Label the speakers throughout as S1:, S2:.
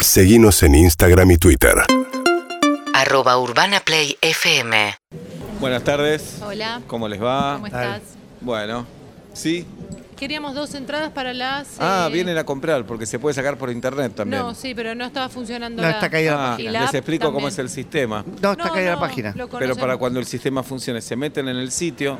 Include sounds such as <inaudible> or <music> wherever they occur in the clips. S1: Seguimos en Instagram y Twitter.
S2: arroba urbanaplayfm.
S3: Buenas tardes.
S4: Hola,
S3: ¿Cómo les va?
S4: ¿cómo estás?
S3: Bueno, sí.
S4: Queríamos dos entradas para las...
S3: Ah,
S4: eh,
S3: vienen a comprar porque se puede sacar por internet también.
S4: No, sí, pero no estaba funcionando
S5: No,
S4: la-
S5: está caída la
S3: Ah,
S4: y
S5: página.
S4: la
S3: les
S4: app
S3: explico cómo
S4: también.
S3: es el sistema.
S5: No, está
S4: No,
S5: caída
S4: no,
S5: la página.
S3: Pero
S4: lo
S3: para
S4: conocemos.
S3: cuando el sistema funcione, se meten en el sitio.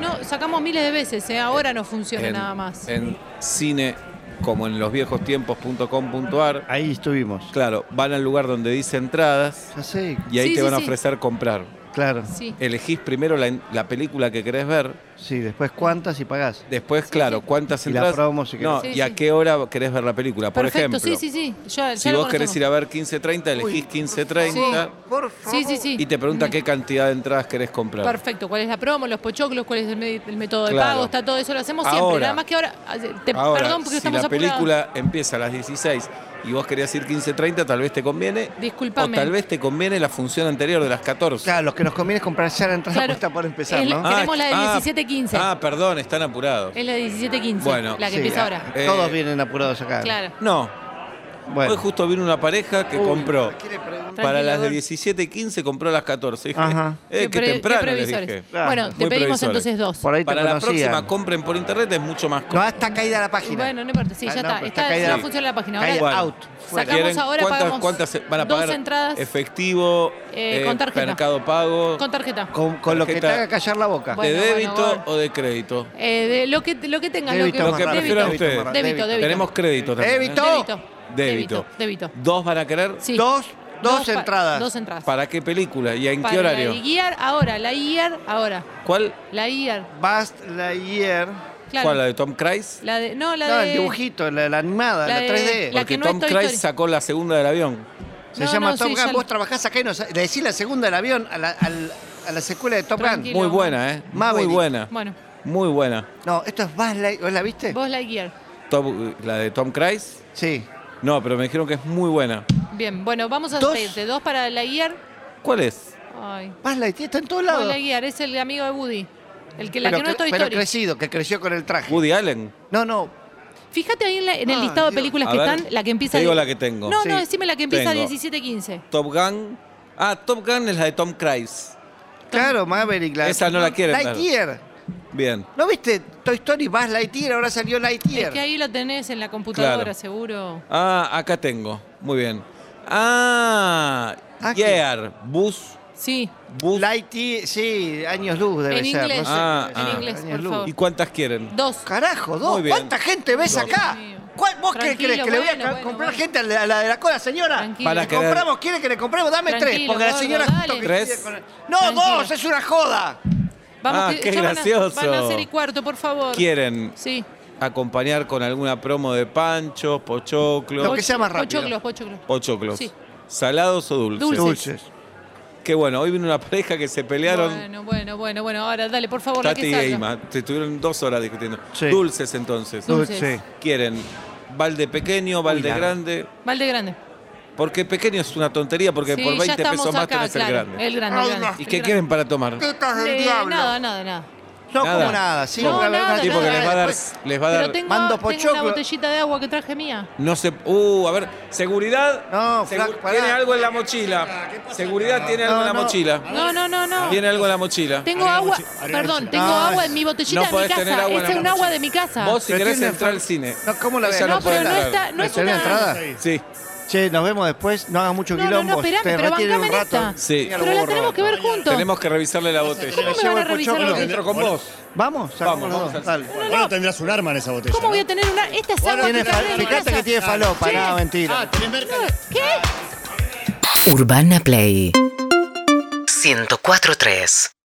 S4: No, sacamos miles de veces, eh, ahora no funciona
S3: en,
S4: nada más.
S3: En cine, como en losviejostiempos.com.ar.
S5: Ahí estuvimos.
S3: Claro, van al lugar donde dice entradas
S5: Ya sé,
S3: y ahí
S4: Sí,
S3: te
S4: sí,
S3: van a
S4: sí.
S3: ofrecer comprar.
S5: claro.
S4: sí.
S3: Elegís primero la, en- la película que querés ver.
S5: Sí, después cuántas y pagás.
S3: Después, claro, cuántas
S5: Y la
S3: entradas.
S5: promo, si
S3: no,
S4: querés.
S3: y a
S4: Sí,
S3: qué hora querés ver la película. Por
S4: Perfecto,
S3: ejemplo,
S4: sí, sí, sí. Ya, ya
S3: si
S4: lo
S3: vos querés
S4: conocemos.
S3: ir a ver 15.30, elegís 15.30
S4: Sí, sí, sí.
S3: y te pregunta qué cantidad de entradas querés comprar.
S4: <laughs> Perfecto, cuál es la promo, los pochoclos, cuál es el, me- el método de
S3: Claro.
S4: pago, está todo eso, lo hacemos
S3: Ahora.
S4: siempre. Nada más que ahora, eh, te-
S3: Ahora,
S4: perdón porque
S3: si
S4: estamos
S3: la
S4: apurados.
S3: película empieza a las 16 y vos querías ir 15.30, tal vez te conviene.
S4: Disculpame.
S3: O tal vez te conviene la función anterior de las 14.
S5: Claro, lo que nos conviene es comprar ya la entrada
S4: Claro.
S5: puesta por empezar,
S4: Es la-
S5: ¿no?
S4: Ah, Queremos la de Eh. 17:15.
S3: Ah, perdón, están apurados.
S4: Es la de 17.15,
S3: Bueno,
S4: la que
S5: Sí,
S4: empieza
S5: ah,
S4: ahora.
S3: Eh,
S5: Todos vienen apurados acá.
S4: Claro.
S3: No,
S5: Bueno.
S3: hoy justo vino una pareja que
S5: Uy,
S3: compró.
S5: ¿quiere preguntar?
S3: Para
S4: Tranquilo,
S3: las de
S4: Gor.
S3: 17 y 15 compró las 14. Dije,
S5: Ajá.
S3: eh,
S4: Qué
S3: qué
S4: pre- qué
S3: temprano les
S4: previsores.
S3: dije.
S5: Claro.
S4: Bueno, te
S3: Muy
S4: pedimos
S3: previsores.
S4: entonces dos.
S5: Por ahí te
S3: Para la
S5: conocían.
S3: próxima compren por internet, es mucho más
S5: No,
S3: cómoda.
S5: está caída la página.
S4: Bueno, no importa, sí,
S5: Ah,
S4: ya
S5: no,
S4: está.
S5: pero
S4: Está,
S5: caída
S4: ya
S5: la-
S4: funciona la página.
S5: caída
S4: Ahora, ah,
S5: out. Fuera.
S4: sacamos ahora,
S3: Pues ¿cuántas,
S4: pagamos
S3: cuántas van a
S4: dos
S3: pagar?
S4: entradas.
S3: Efectivo,
S4: Eh, con tarjeta.
S3: mercado pago,
S4: Con tarjeta.
S5: Con, con lo que te
S3: Tarjeta.
S5: haga callar la boca.
S4: Bueno,
S3: de
S4: bueno,
S3: débito
S4: bueno.
S3: o de crédito.
S4: Eh, de lo que lo que tengas,
S5: Débito
S4: lo
S3: Lo
S5: más
S4: que,
S3: que
S5: rápido,
S3: prefieran
S5: débito
S3: ustedes.
S5: más
S4: Débito, débito.
S3: Tenemos crédito también. ¿eh?
S5: Débito.
S4: Débito.
S3: Débito.
S4: Débito.
S3: ¿Dos van a querer?
S4: Sí.
S5: Dos, dos,
S4: pa-
S5: entradas.
S4: Dos entradas.
S3: ¿Para qué película y en
S4: Para
S3: qué
S4: La de
S3: horario?
S4: guiar ahora, la IR ahora.
S3: ¿Cuál?
S4: La IR.
S5: Bast Lightyear.
S4: Claro.
S3: ¿Cuál? ¿La de Tom Cruise?
S4: La de- no, la
S5: No,
S4: de.
S5: el dibujito, la, la animada,
S4: la
S5: la,
S4: de-
S5: 3D.
S4: la-
S3: Porque
S4: que no es
S3: Tom
S4: Toy
S3: Cruise
S4: Story.
S3: sacó la segunda del avión.
S5: Se
S4: No,
S5: llama
S4: no,
S5: Tom
S4: sí,
S5: Gun.
S4: ya-
S5: Vos trabajás acá y no sa- le decís la segunda del avión a la, al- a la secuela de Top
S4: Tranquilo.
S5: Gun.
S3: Muy buena, ¿eh? Muy
S5: Maverick.
S3: buena.
S4: Bueno,
S3: Muy buena.
S5: No, esto es Buzz Lightyear. ¿Vos la viste?
S4: vos la IR.
S3: Tom- la de Tom Cruise.
S5: Sí.
S3: No, pero me dijeron que es muy buena.
S4: Bien, bueno, vamos a
S5: Dos.
S4: despedirte. Dos para la IR.
S3: ¿Cuál es?
S4: Ay.
S5: Buzz Lightyear está en todos
S4: Vos
S5: lados.
S4: la IR, es el amigo de Woody. El que, la
S5: pero,
S4: que no es
S5: cre-
S4: Toy
S5: pero
S4: Story.
S5: crecido, que creció con el traje.
S3: Woody Allen.
S5: No, no.
S4: Fíjate ahí en, la- en el
S5: Ah,
S4: listado de
S5: Dios.
S4: películas
S3: A
S4: que
S3: ver,
S4: están, la que empieza.
S3: te digo
S4: de-
S3: la que tengo.
S4: No, no,
S5: Sí.
S4: decime la que empieza
S3: Tengo.
S4: 17-15.
S3: Top Gun. Ah, Top Gun es la de Tom Cruise.
S5: Claro, Maverick. La,
S3: Esa no la quieren ver.
S5: Lightyear.
S3: Bien.
S5: ¿No viste Toy Story, Buzz Lightyear? Ahora salió Lightyear.
S4: Es que ahí lo tenés en la computadora,
S3: Claro.
S4: seguro.
S3: Ah, acá tengo. Muy bien. Ah,
S5: Ah, ¿qué?
S3: yeah. Bus.
S4: Sí,
S3: Bus.
S5: Lightyear, sí, años luz debe
S4: en
S5: ser.
S4: inglés.
S5: No sé.
S3: Ah,
S4: en
S3: ah.
S4: inglés,
S5: Años
S4: por
S5: luz.
S4: favor.
S3: ¿Y cuántas quieren?
S4: Dos.
S5: Carajo, dos.
S3: Muy bien.
S5: ¿Cuánta gente ves
S3: Dos.
S5: acá?
S4: Dios mío.
S5: ¿Cuál- ¿Vos qué
S4: Tranquilo,
S5: crees que le voy a
S4: bueno,
S5: ca-
S4: bueno,
S5: comprar
S4: bueno.
S5: gente a la, a la de la cola, señora?
S4: Tranquilo.
S3: Para
S5: ¿Le
S3: querer-
S5: compramos? ¿Quiere que le compremos? Dame tres,
S4: Tranquilo,
S5: porque la
S4: gordo,
S5: señora
S4: dale.
S5: justo que
S3: Tres.
S5: pide con el- No,
S4: Tranquilo.
S5: dos, es una joda.
S4: Vamos,
S3: Ah,
S4: que
S3: qué
S4: ya van a-
S3: gracioso.
S4: Van a, hacer y cuarto, por favor.
S3: ¿Quieren
S4: Sí.
S3: acompañar con alguna promo de panchos,
S5: Lo
S3: pochoclos?
S5: que sea más rápido.
S4: Pochoclos, pochoclos.
S3: Pochoclos.
S4: Sí.
S3: ¿Salados o dulces?
S4: Dulces.
S3: Qué bueno, hoy vino una pareja que se pelearon.
S4: Bueno, bueno, bueno, bueno. Ahora, dale, por favor, la
S3: Tati
S4: que
S3: y
S4: salga.
S3: Eima. Te estuvieron dos horas discutiendo.
S5: Sí.
S3: Dulces entonces.
S4: Dul-
S5: Dulce.
S3: Quieren balde pequeño, balde
S5: largo.
S3: grande.
S4: Valde Grande.
S3: Porque pequeño es una tontería, porque
S4: sí,
S3: por
S4: ya
S3: 20
S4: estamos
S3: pesos más
S4: acá,
S3: tenés
S4: claro.
S3: el grande.
S4: El grande, el grande.
S3: ¿Y
S4: El
S3: qué
S4: grande.
S3: quieren para tomar?
S5: Tetas
S4: Eh,
S5: del diablo.
S4: Nada, nada, nada.
S5: No,
S3: Nada.
S5: como nada. Sí,
S4: No,
S5: una- una-
S4: nada,
S3: Tipo que les va a dar.
S5: Después-
S3: Les va a
S4: Pero
S3: dar.
S4: tengo,
S5: Mando
S4: tengo una
S5: pochoclo.
S4: botellita de agua que traje mía.
S3: No sé. Uh, a ver. Seguridad.
S5: No,
S3: Segu-
S5: flaco, pará.
S3: tiene algo en la mochila. Seguridad tiene algo
S5: No,
S3: en la
S5: no.
S3: mochila.
S4: No, no, no, no.
S3: Tiene algo en la mochila.
S4: Tengo agua, perdón, tengo
S5: Ah,
S4: agua en mi botellita
S3: no
S4: de mi
S3: podés
S4: casa.
S3: tener agua en
S4: es
S3: la
S4: un agua de mi casa.
S3: Vos si
S5: Pero
S3: querés
S5: tiene
S3: entrar
S5: enfer-
S3: al cine.
S5: No, ¿cómo la ves?
S3: Ella
S4: no,
S3: puede
S4: pero no
S3: entrar.
S4: está, no es
S5: ¿Reservé
S4: una
S5: entrada?
S3: Sí.
S5: Che, nos vemos después. No hagas mucho
S4: No, no,
S5: quilombo.
S4: no, esperame,
S5: te
S4: pero
S5: retiren un
S4: bancame en
S5: rato.
S4: esta.
S3: Sí.
S5: Mira,
S4: Pero la
S5: gordo.
S4: tenemos que ver juntos.
S3: Tenemos que revisarle la botella.
S4: ¿Cómo me van a
S5: Llevo el
S4: revisar la
S5: pochoclo.
S4: botella?
S3: Entro con vos.
S5: Vamos, sacamos
S3: Vamos,
S5: los
S3: vamos
S5: dos.
S3: al-
S5: Dale.
S6: Bueno, tendrás un arma en esa botella.
S4: ¿Cómo
S6: ¿no?
S4: voy a tener una? Esta es agua
S5: Tiene
S4: que traje
S5: fal-
S4: de mi
S5: fijate
S4: casa.
S5: que tiene falopa,
S4: Sí.
S5: nada, mentira.
S6: Ah, tenés merca.
S4: ¿Qué?
S2: Urbana Play 104.3